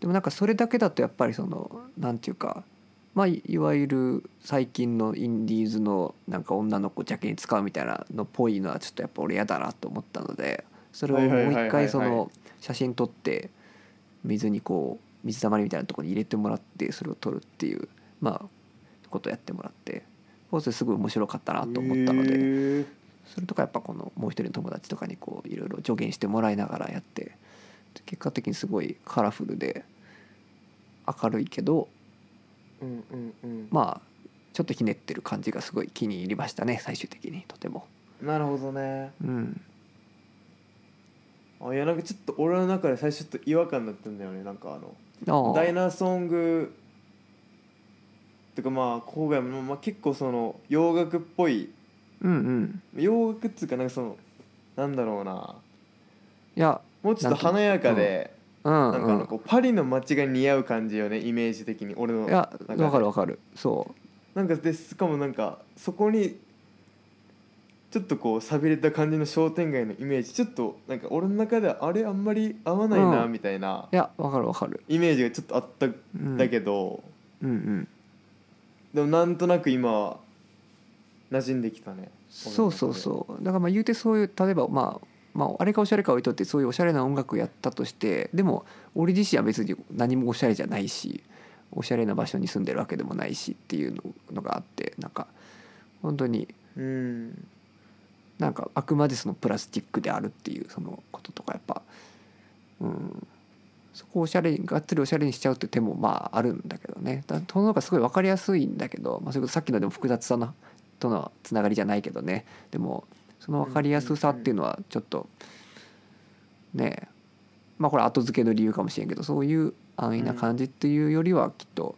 でもなんかそれだけだとやっぱりそのなんていうかまあ、いいわゆる最近のインディーズのなんか女の子ジャケに使うみたいなのっぽいのはちょっとやっぱ俺嫌だなと思ったのでそれを
はい
も
はいうはいはいは
一
い
回その写真撮って水にこう水たまりみたいなところに入れてもらってそれを撮るっていうまあことをやってもらってポーズすごい面白かったなと思ったの
へ
で
ー
それとかやっぱこのもう一人の友達とかにこういろいろ助言してもらいながらやって結果的にすごいカラフルで明るいけど
うんうんうん
まあちょっとひねってる感じがすごい気に入りましたね最終的にとても。
なるほどね
うん、
あいやなんかちょっと俺の中で最初ちょっと違和感だったんだよねなんかあの
あ
ダイナーソングとかまあ郊外も、まあ、結構その洋楽っぽい
うんうん
洋楽っつうかなんかそのなんだろうない
や
もうちょっと華やかで
うん、
なんかあの
う
こうパリの街が似合う感じよねイメージ的に俺の
ん、いや
なん
わかるわかるそ
なんかでしかもなんかそこにちょっとこうさびれた感じの商店街のイメージちょっとなんか俺の中ではあれあんまり合わないな
うん
みたいな
ういやわかるわかる、
イメージがちょっとあったん
うん、
だけど、
うんうん
でもなんとなく今は馴染んできたね
そうそうそうだからまあ言うてそういう例えばまあまあ、あれかおしゃれか置いといてそういうおしゃれな音楽をやったとしてでも俺自身は別に何もおしゃれじゃないしおしゃれな場所に住んでるわけでもないしっていうののがあってなんか本当に
うん
なんかあくまでそのプラスチックであるっていうそのこととかやっぱ、うん、そこをおしゃれにがっつりおしゃれにしちゃうって手もまああるんだけどねだその方がすごい分かりやすいんだけど、まあ、それこそさっきのでも複雑さのとのつながりじゃないけどねでもその分かりやすさっていうのはちょっとねえまあこれ後付けの理由かもしれんけどそういう安易な感じっていうよりはきっと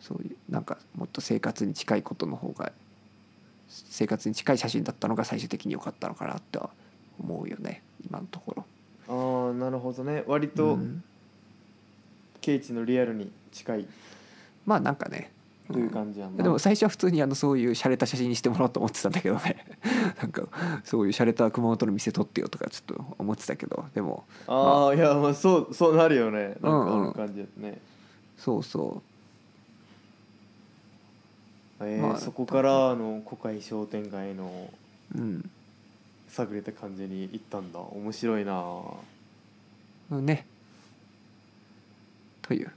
そういうなんかもっと生活に近いことの方が生活に近い写真だったのが最終的に良かったのかなっては思うよね今のところ。
ああなるほどね割と
うん
ケイチのリアルに近い
まあなんかね、
という感じやん
で
な、
も最初は普通にあのそういう洒落た写真にしてもらおうと思ってたんだけどね なんかそういう洒落た熊本の店撮ってよとかちょっと思ってたけどでも
ああいやまあそうそうなるよねなんかあ
うんう
の
ん
感じやね、
そうそ
えー
まあ
そこからあの古海商店街の
ううん
探れた感じに行ったんだ面白いなぁ
ねという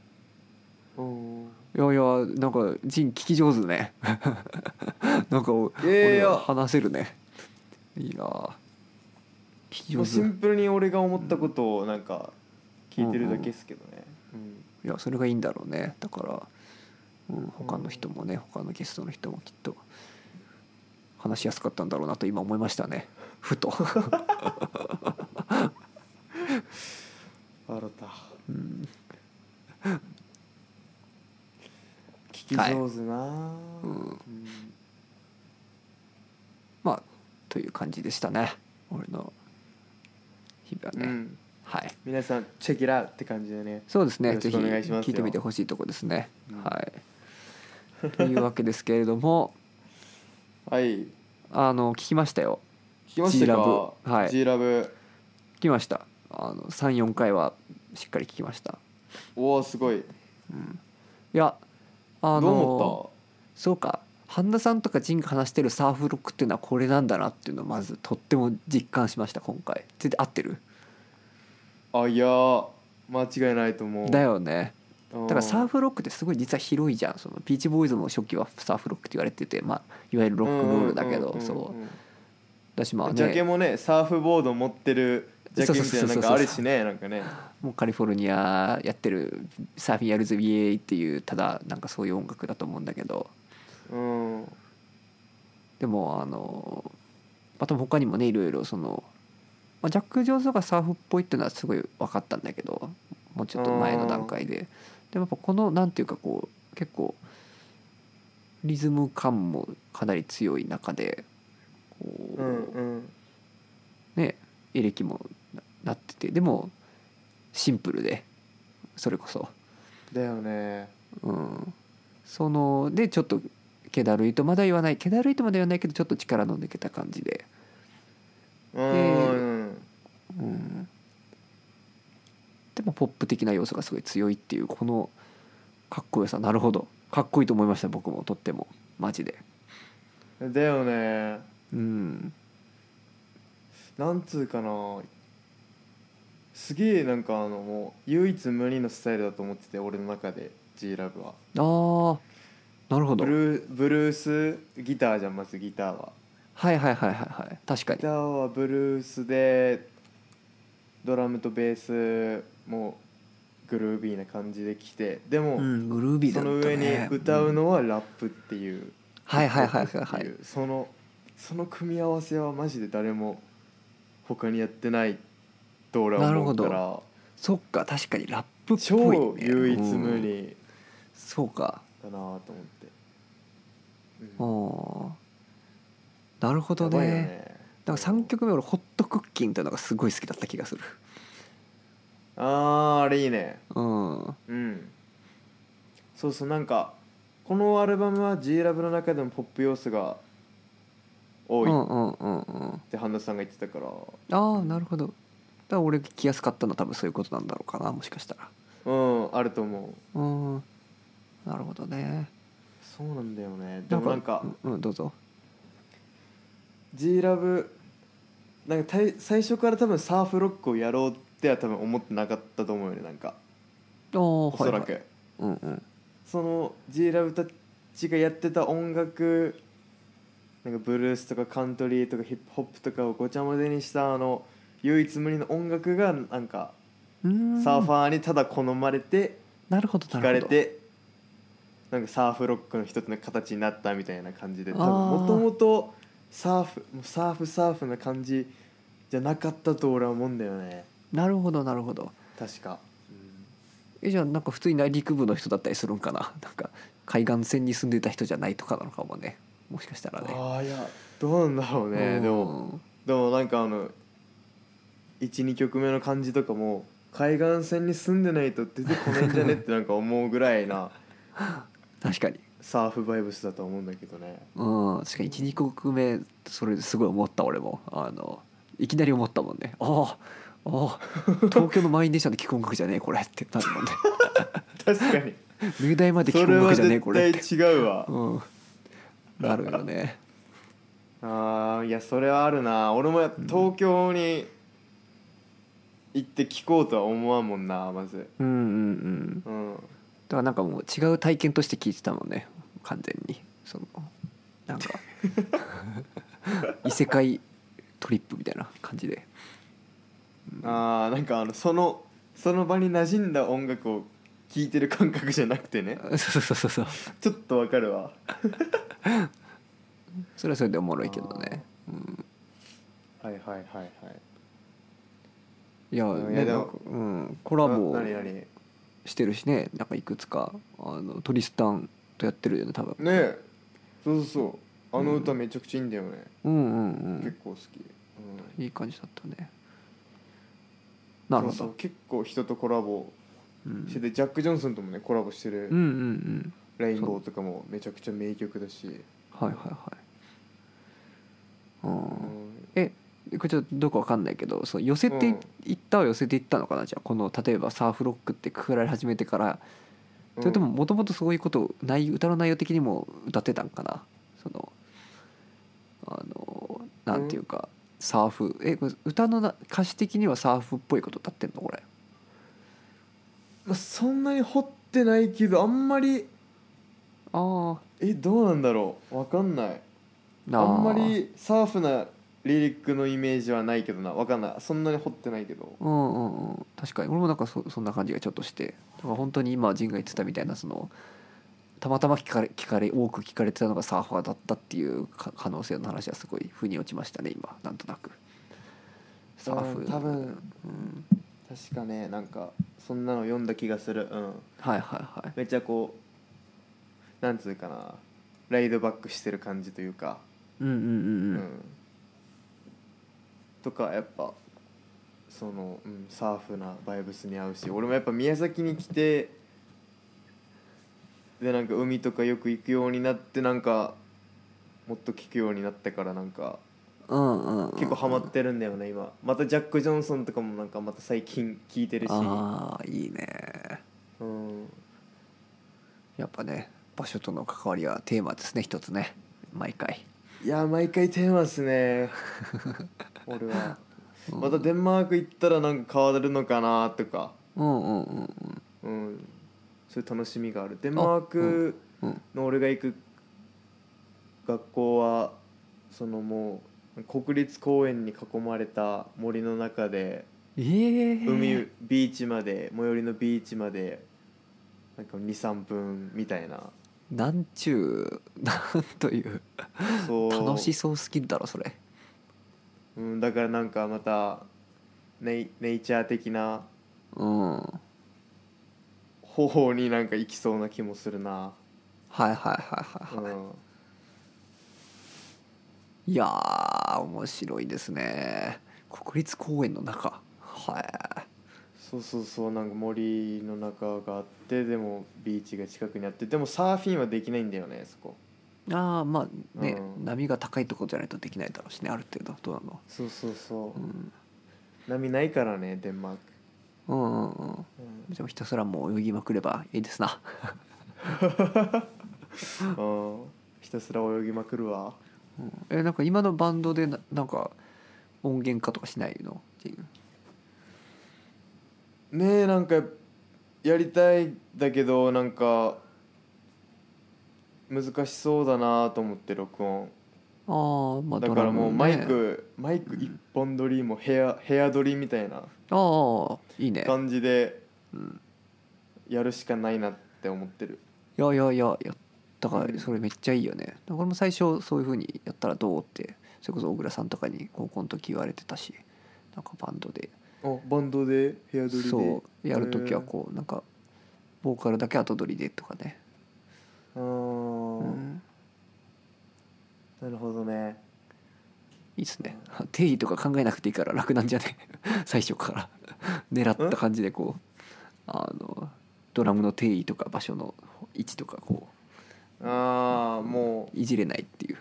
うん
いやいやなんかジン聞き上手ね なんかお
いやい
俺
や
は話せるねいいなあ聞き
も
上
うシ
手
ンプルに俺が思ったことをなんか聞いてるだけですけどね、うん
いやそれがいいんだろうねだから、うん、他の人もね他のゲストの人もきっと話しやすかったんだろうなと今思いましたね ふと、
新た
うん
聞き上手なぁ、
うん
うん
まあという感じでしたね俺の日々はね、
うん
はい
皆さんチェキラって感じでね
そうです
よ
ね
ろし
ぜひ
くお願いしますよ
聞いてみてほしいとこですね、
うん
はいというわけですけれども
はい聞
あの聞きましたよ
きました
G ラ
か
ブはい
G ラブ
聞きましたあの34回はしっかり聞きました
おおすごい
いやあの
どう思
そうか半田さんとかジンが話してるサーフロックっていうのはこれなんだなっていうのをまずとっても実感しました今回ついて合ってる
ったあいやー間違いないと思う
だよね
だ
だからサーフロックってすごい実は広いじゃんそのビーチボーイズも初期はサーフロックって言われてて、まあ、いわゆるロックンロールだけどそうだしまあ
ジャケ
ね
もねサーフボード持ってるジャケみたいななんかあるしねなんかね
もうカリフォルニアやってるサーフィンやるぜイエーイっていうただなんかそういう音楽だと思うんだけど
うん
でもあのまた他にもねいろいろその、まあ、ジャック・ジョーンズがサーフっぽいっていうのはすごい分かったんだけどもうちょっと前の段階ででもやっぱこのなんていうかこう結構リズム感もかなり強い中でこ
う
う、
んうん
ねエレキもななっててでもシンプルでそれこそ。
だよね
うん、そのでちょっと気だるいとまだ言わない気だるいとまだ言わないけどちょっと力の抜けた感じで
うん、
うん、でもポップ的な要素がすごい強いっていうこのかっこよさなるほどかっこいいと思いました僕もとってもマジで
だよね
うん
なんつうかなすげえなんかあのもう唯一無二のスタイルだと思ってて俺の中で G ラブは
あーなるほど
ブ
はい
ルーブルースギターじゃんまずギターは
はいはいはいはい確か
ギ
に
ターはブルースでドラムとベースもグルービーな感じで来てでも、
うんグルービーだ
そ
った
の
ね
上に歌う
うん
のはラップっていう、
はいはいはい
ヒ
は
ップホ
いは
ップって
いう
そのその組み合わせはマジで誰も他にやってないと俺は思うか
なる
ら
そっか確かにラップっぽい、
超、
ね
唯一無
うん
二
そうか
だなと思って、
お
ん、
おーなるほど
やばい
ね
よ
なんか3曲目俺ホットクッキンっていうのがすごい好きだった気がする
あーあれいいね
うん
うんそうそうなんかこのアルバムは G ラブの中でもポップ要素が多
う
いっ
んうんうんうん
て半田さんが言ってたから
ああなるほどだから俺聞きやすかったのは多分そういうことなんだろうかなもしかしたら
うんあると思う
うんなるほどね
そうなんだよねでもなんか
うんうんどうぞ
G ラブなんかたい最初から多分サーフロックをやろうっては多分思ってなかったと思うよねなんか
ああ
おそらく、
はいはい、うんうん
その G ラブたちがやってた音楽なんかブルースとかカントリーとかヒップホップとかをごちゃ混ぜにしたあの唯一無二の音楽がなんか
うーん
サーファーにただ好まれて
なるほどなるほど
聞かれてなんかサーフロックの一つの形になったみたいな感じで多分
あー
もともとサーフもうサーフサーフな感じじゃなかったと俺は思うんだよね
なるほどなるほど
確か、
えじゃあなんか普通に内陸部の人だったりするんかな なんか海岸線に住んでた人じゃないとかなのかもねもしかしたらね
ああいやどうなんだろうねでもでもなんかあの12曲目の感じとかも海岸線に住んでないと出てこないんじゃねってなんか思うぐらい な
確かに
サーフバイブスだと思うんだけどね
うん確かに12曲目それすごい思った俺もあのいきなり思ったもんねああああ東京の満員電車の既婚楽じゃねえこれってなる もんね
確かに
明大まで既
それ
婚
は
楽じゃねえ
絶
これ
対
って
違う わ
うんなるよね
あーいやそれはあるな俺もやっぱ東京に行って聞こうとは思わんもんなまず
うんうんうんだ
うん
からなんかもう違う体験として聞いてたもんね完全にそのなんか異世界トリップみたいな感じ で
あーなんかあのそのその場に馴染んだ音楽を聴いてる感覚じゃなくてね
そうそうそうそう
ちょっとわかるわ
それはそれでおもろいけどねうん
はいはいはいはい
いや
うんい
ね
やで
な
も
んかうんコラボ
な何何ね
してるしねなんかいくつかあのトリスタンとやってるよね多分
えそうそうそうあの歌めちゃくちゃいいんだよね、
うんうんう
結
ん
構好き、うん、
いい感じだったねなるほ
そうそう
ど
結構人とコラボ
うん
してて、ジャック・ジョンソンともねコラボしてる
うんうんうん
「レインボー」とかもめちゃくちゃ名曲だし、
はいはいはいうん
うん
えこれちょっとどうかわかんないけどそう寄せていいったは寄せていったのかなじゃあこの例えばサーフロックってくくられ始めてからそれとももともとそういうことを内容歌の内容的にも歌ってたんかなそのあのなんていうか、サーフえこれ歌のな歌詞的にはサーフっぽいこと歌ってんのこれ
まあそんなに掘ってないけどあんまり
あー
えどうなんだろうわかんない
な
あんまりサーフなリリックのイメージはないけどなわかんないそんなに掘ってないけど
うんうんうん確かに俺もなんかそそんな感じがちょっとしてだから本当に今陣が言ってたみたいなそのたまたま聞かれ聞かれ多く聞かれてたのがサーファーだったっていうか可能性の話はすごい腑に落ちましたね今なんとなくサー
う
フ
ん多分
うん、
確かねなんかそんなの読んだ気がするうん
はいはいはい
めっちゃこうなんつうかなライドバックしてる感じというか、
うんうん
う
うんうん
とかやっぱその、うん、サーフなバイブスに合うし俺もやっぱ宮崎に来てでなんか海とかよく行くようになってなんかもっと聞くようになってからなんか
うんうんうん
結構ハマってるんだよね今またジャック・ジョンソンとかもなんかまた最近聞いてるし、
ああいいね
うん、
やっぱね場所との関わりはテーマですね一つね毎回、
いや毎回テーマです ね俺は
うん、
またデンマーク行ったらなんか変わるのかなとか
うんうんうんうん
うんそういう楽しみがあるデンマーク
うん
の俺が行く学校はそのもう国立公園に囲まれた森の中で
えー、
海ビーチまで最寄りのビーチまでなんか23分みたいな
なんちゅうなんという
そう
楽しそうすぎるだろそれ
うん、だからなんかまたネイネイチャー的な
うんはい
方法になんか行きそうな気もするな、
はいはいはい、
う
はい
ん、
いやー面白いですね国立公園の中は
そうそうそうなんか森の中があってでもビーチが近くにあってでもサーフィンはできないんだよねそこ
いああまあね、
うん
波が高いところじゃないとできないだろうしねある程度どうなの
そうそうそう
う、ん
波ないからねデンマーク、
うんうんうん
う
でもひたすらもう泳ぎまくればいいですな
んうん、ひたすら泳ぎまくるわ
うんえなんか今のバンドでななんか音源化とかしないのっていう
ねえなんかやりたいんだけどなんか難しそうだなと思って録音
ああまあ
だからもうマイ
ドラムね
ク、マイク一本撮りもヘアヘア撮りみたいな
ああいいね
感じで
うん
やるしかないなって思ってる
いやいやいやいやだか
う
ら
ん
それめっちゃいいよね、これも最初そういうふうにやったらどうってそれこそ小倉さんとかに高校の時言われてたしなんかバンドで
あバンドでヘア撮りで
そうやる時はこうなんかボーカルだけ後取りでとかね、
うあ
う
ー、
ん、
なるほどね
いいっすね定義とか考えなくていいから楽なんじゃね 最初から 狙った感じでこうあのドラムの定位とか場所の位置とかこ
ああも
ういじれないっていう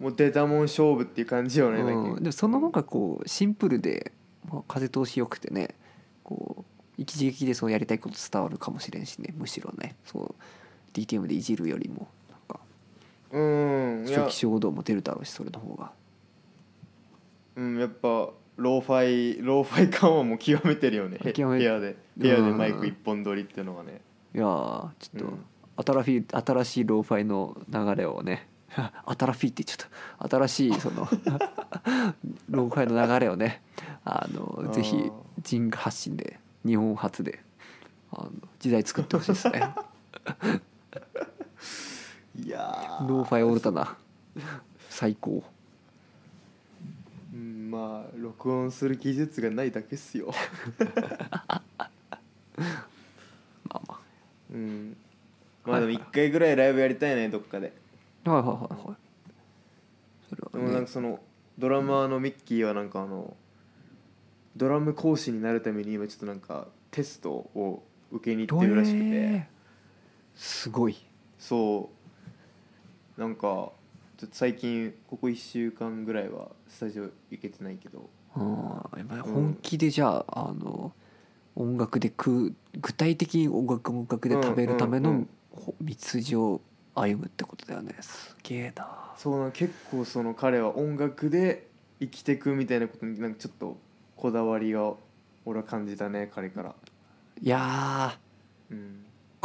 うもう出たもん勝負っていう感じよね、
うん、でもその方がこうシンプルで、まあ、風通しよくてねこう一撃でそうやりたいこと伝わるかもしれんしねむしろねそう DTM でいじるよりもなんか
うんいや
初期衝動も出るだろうしそれの方が
うんやっぱローファイローファイ感はもう極めてるよねへ
極め
部屋で部屋で
うん
マイク一本撮りっていうのがね
いやーちょっ
うん
と新しい、新しいローファイの流れをね 新しいって言っちゃった新しいその ローファイの流れをねあのぜ
あ
ひ
ー
人発信で日本初であの時代作ってほしいで すね。
いや
ローファイオルタナ最高
うん、まあ録音する技術がないだけっす よ
まあま
うんまあでも一回ぐらいライブやりたいねどっかで
あはいはいはいはいそ
で
れ
もな
は
んか
ね
そのドラマーのミッキーはなんかあのドラム講師になるために今ちょっとなんかテストを受けに行ってるらしくて、
えーすごい
そうなんかちょっと最近ここ1週間ぐらいはスタジオ行けてないけど
あーやっぱり本気でじゃああの音楽で食う具体的に音楽音楽で食べるため
うんうん
の
う
ほ道筋を歩むってことだよねすげえな
そうなん結構その彼は音楽で生きてくみたいなことになんかちょっとこだわりが俺は感じたね彼から、
いや
うん、
ー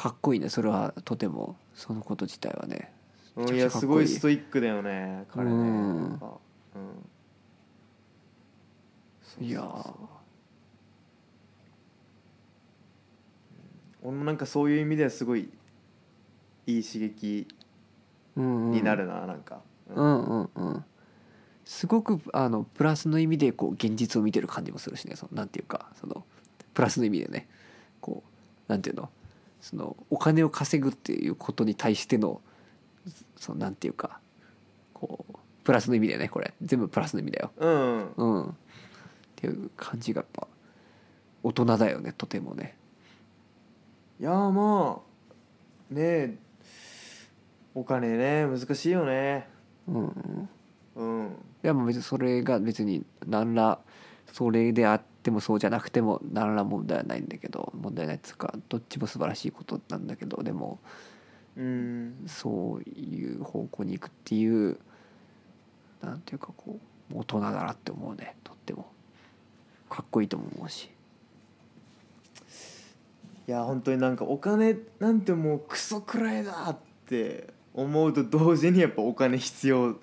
かっこいいねそれはとてもそのこと自体はね
う
めち
んい
ゃくちゃ
や
かっ
す
こ
ご
いい
いストイックだよね彼ね
うん
なんかうんそうそうそう
いや
俺もなんかそういう意味ではすごいいい刺激に
に
なるな、なんか、
う
うん
んうんうんすごくあのプラスの意味でこう現実を見てる感じもするしねそのなんていうかそのプラスの意味でねこうなんていうのそのお金を稼ぐっていうことに対してのそのなんていうかこうプラスの意味だよねこれ全部プラスの意味だよ
うん
うんっていう感じがやっぱ大人だよねとてもね
いやまあねえお金ね難しいよね
うんうん
うん
いやもう別にそれが別に何らそれであってもそうじゃなくても何ら問題はないんだけど問題ないっつうかどっちも素晴らしいことなんだけどでも
うん
そういう方向に行くっていうなんていうかこう大人だなって思うねとってもかっこいいとも思うし
いや本当になんかお金なんてもうクソくらいだって思うと同時にやっぱお金必要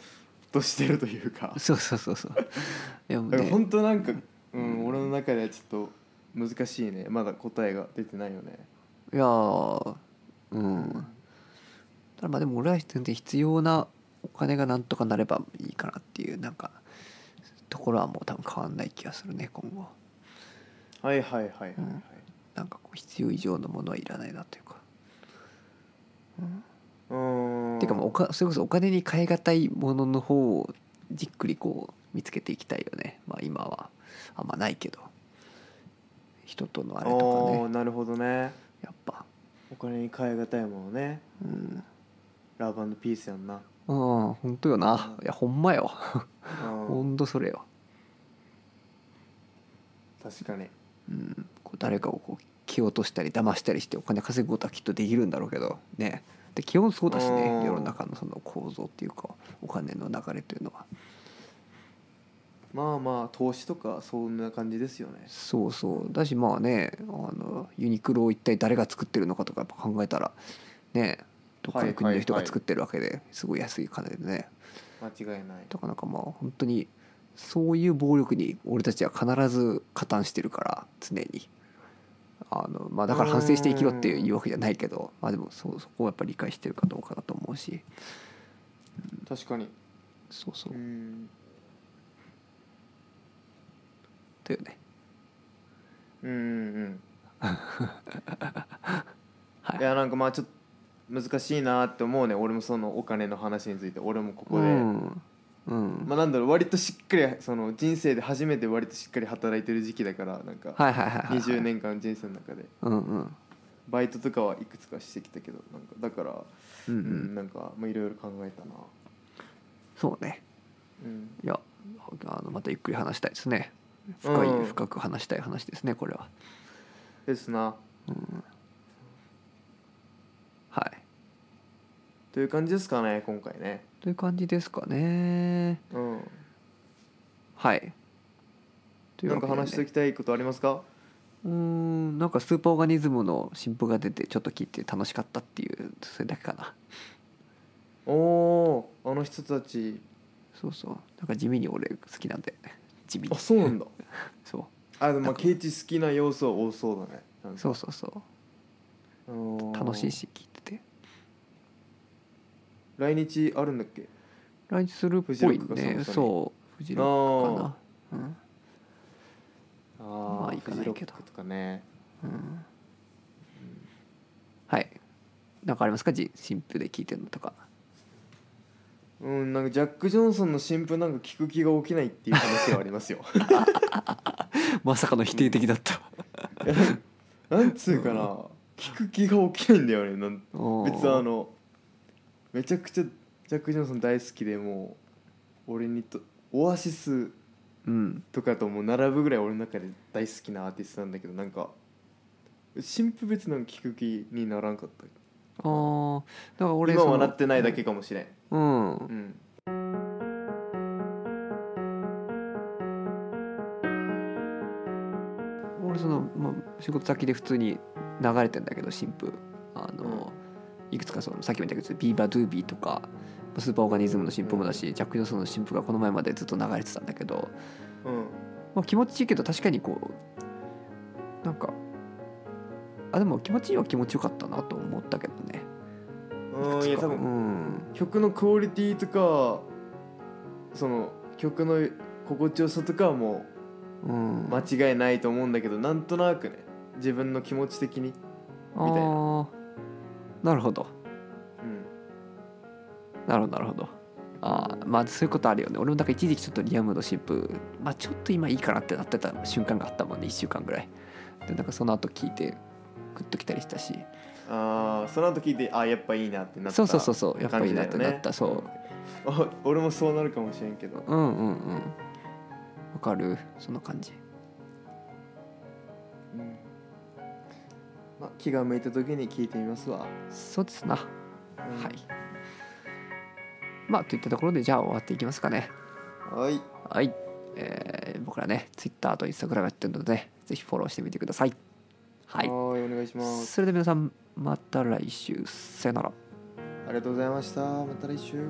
としてるというか
そうそうそうそうでも
だから
ね
本当なんか、う、
うんん
俺の中ではちょっと難しいねまだ答えが出てないよね
いやーうんただまあでも俺は全然必要なお金がなんとかなればいいかなっていうなんかところはもう多分変わんない気がするね今後
はいはいはいはいはい、
うんなんかこう必要以上のものはいらないなというか、うん、
うーん
ていうかもうおかそれこそお金に代え難いものの方をじっくりこう見つけていきたいよねまあ今はあんまないけど人とのあれとか
おー
ね
なるほどね
やっぱ
お金に代え難いものね
うん
ラブピースやんな、
ああ本当よな
うん
いやほんまよ
う
ほ
ん、
んとそれよ、
確かに
うん、こう誰かをこう気を落としたり騙したりしてお金稼ぐことはきっとできるんだろうけどねで基本そうだし
うん
ね世の中のその構造っていうかお金の流れというのは
まあまあ投資とかそんな感じですよね
そうそうだしまあねあのユニクロを一体誰が作ってるのかとかやっぱ考えたらねどっかの国の人
はいはいは
が
い
作ってるわけですごい安い金でね
間違いない
だからなんかまあ本当にそういう暴力に俺たちは必ず加担してるから常にあの、まあ、だから反省して生きろっていうわけじゃないけどまあでもそうそこをやっぱり理解してるかどうかだと思うし
確かに
そうそううんだよね
うん うん
はい
いやなんかまあちょっと難しいなって思うね俺もそのお金の話について俺もここで、
うんうん
まあなんだろう割としっかりその人生で初めて割としっかり働いてる時期だからなんか
はいはいはいはい
20年間の人生の中で
うんうん
バイトとかはいくつかしてきたけどなんかだから
うんう
うんんなんかまあいろいろ考えたな
そうね
うん
いやあのまたゆっくり話したいですね深い、
うん
深く話したい話ですねこれは、
ですな
うん、はい
という感じですかね今回ね
という感じですかね
うん
はいとい
なん
わけ
か
でね
話しておきたいことありますか
うーんなんかスーパーオーガニズムの新譜が出てちょっと聞いて楽しかったっていうそれだけかな
おおーあの人たち
そうそうなんか地味に俺好きなんで地味
あ
に
そうなんだ
そ
あでもま
な
あ
んか
ケイチ好きな要素は多そうだねなん
う
か
そうそうそう
うん
楽しいし聞いてて
来日あるんだっけ
来日するっ
フジロ
ぽい
ックかそもそ
ね
も
そうフジロックかなうん
あ
ま
ま
あ行かないけど
とかね
うんはいなんかありますかじ新婦で聞いてるのとか
うんなんかジャック・ジョンソンの新婦なんか聞く気が起きないっていう話はあります よ
まさかの否定的だった
なんつうかな、聞く気が起きないんだよねなん
別
別にあのめちゃくちゃジャック・ジョンソン大好きでもう俺にとオアシス
うん
とかともう並ぶぐらい俺の中で大好きなアーティストなんだけどなんか新婦別なんか聞く気にならんかった
あーだから俺
今
そ
は
の
なってないだけかもしれん、
うん
うん、
俺その、まあ、仕事先で普通に流れてんだけど新婦あの、いくつかそのさっきも言ったけどビーバードゥービーとかスーパーオーガニズムの新婦もだし、ジャック・ジョンソンの新婦がこの前までずっと流れてたんだけど、
うん
まあ、気持ちいいけど確かにこうなんかあでも気持ちいいは気持ちよかったなと思ったけどね
うんいや多
う
分
ん
曲のクオリティとかその曲の心地よさとかはも
うん
う間違いないと思うんだけどなんとなくね自分の気持ち的に、
あーなるほど
うん、
なるほどなるほどあーまあそういうことあるよね俺もなんか一時期ちょっとリアムの新婦まあちょっと今いいかなってなってた瞬間があったもんね1週間ぐらいでなんかその後聞いてグッときたりしたし
あーその後聞いてあーやっぱいいなってなった
そうそうそうそうやっぱいいなって
感じだ
な
よね
った、そう
あ 俺もそうなるかもしれんけど
うんうんうんわかるその感じ
うんまあ、気が向いた時に聞いてみますわ
そうですな
うん
はいまあといったところでじゃあ終わっていきますかね
はい
はい、えー僕らね Twitter と Instagram やってるのでねぜひフォローしてみてくださいはい
はいお願いします
それでは皆さんまた来週さよなら
ありがとうございましたまた来週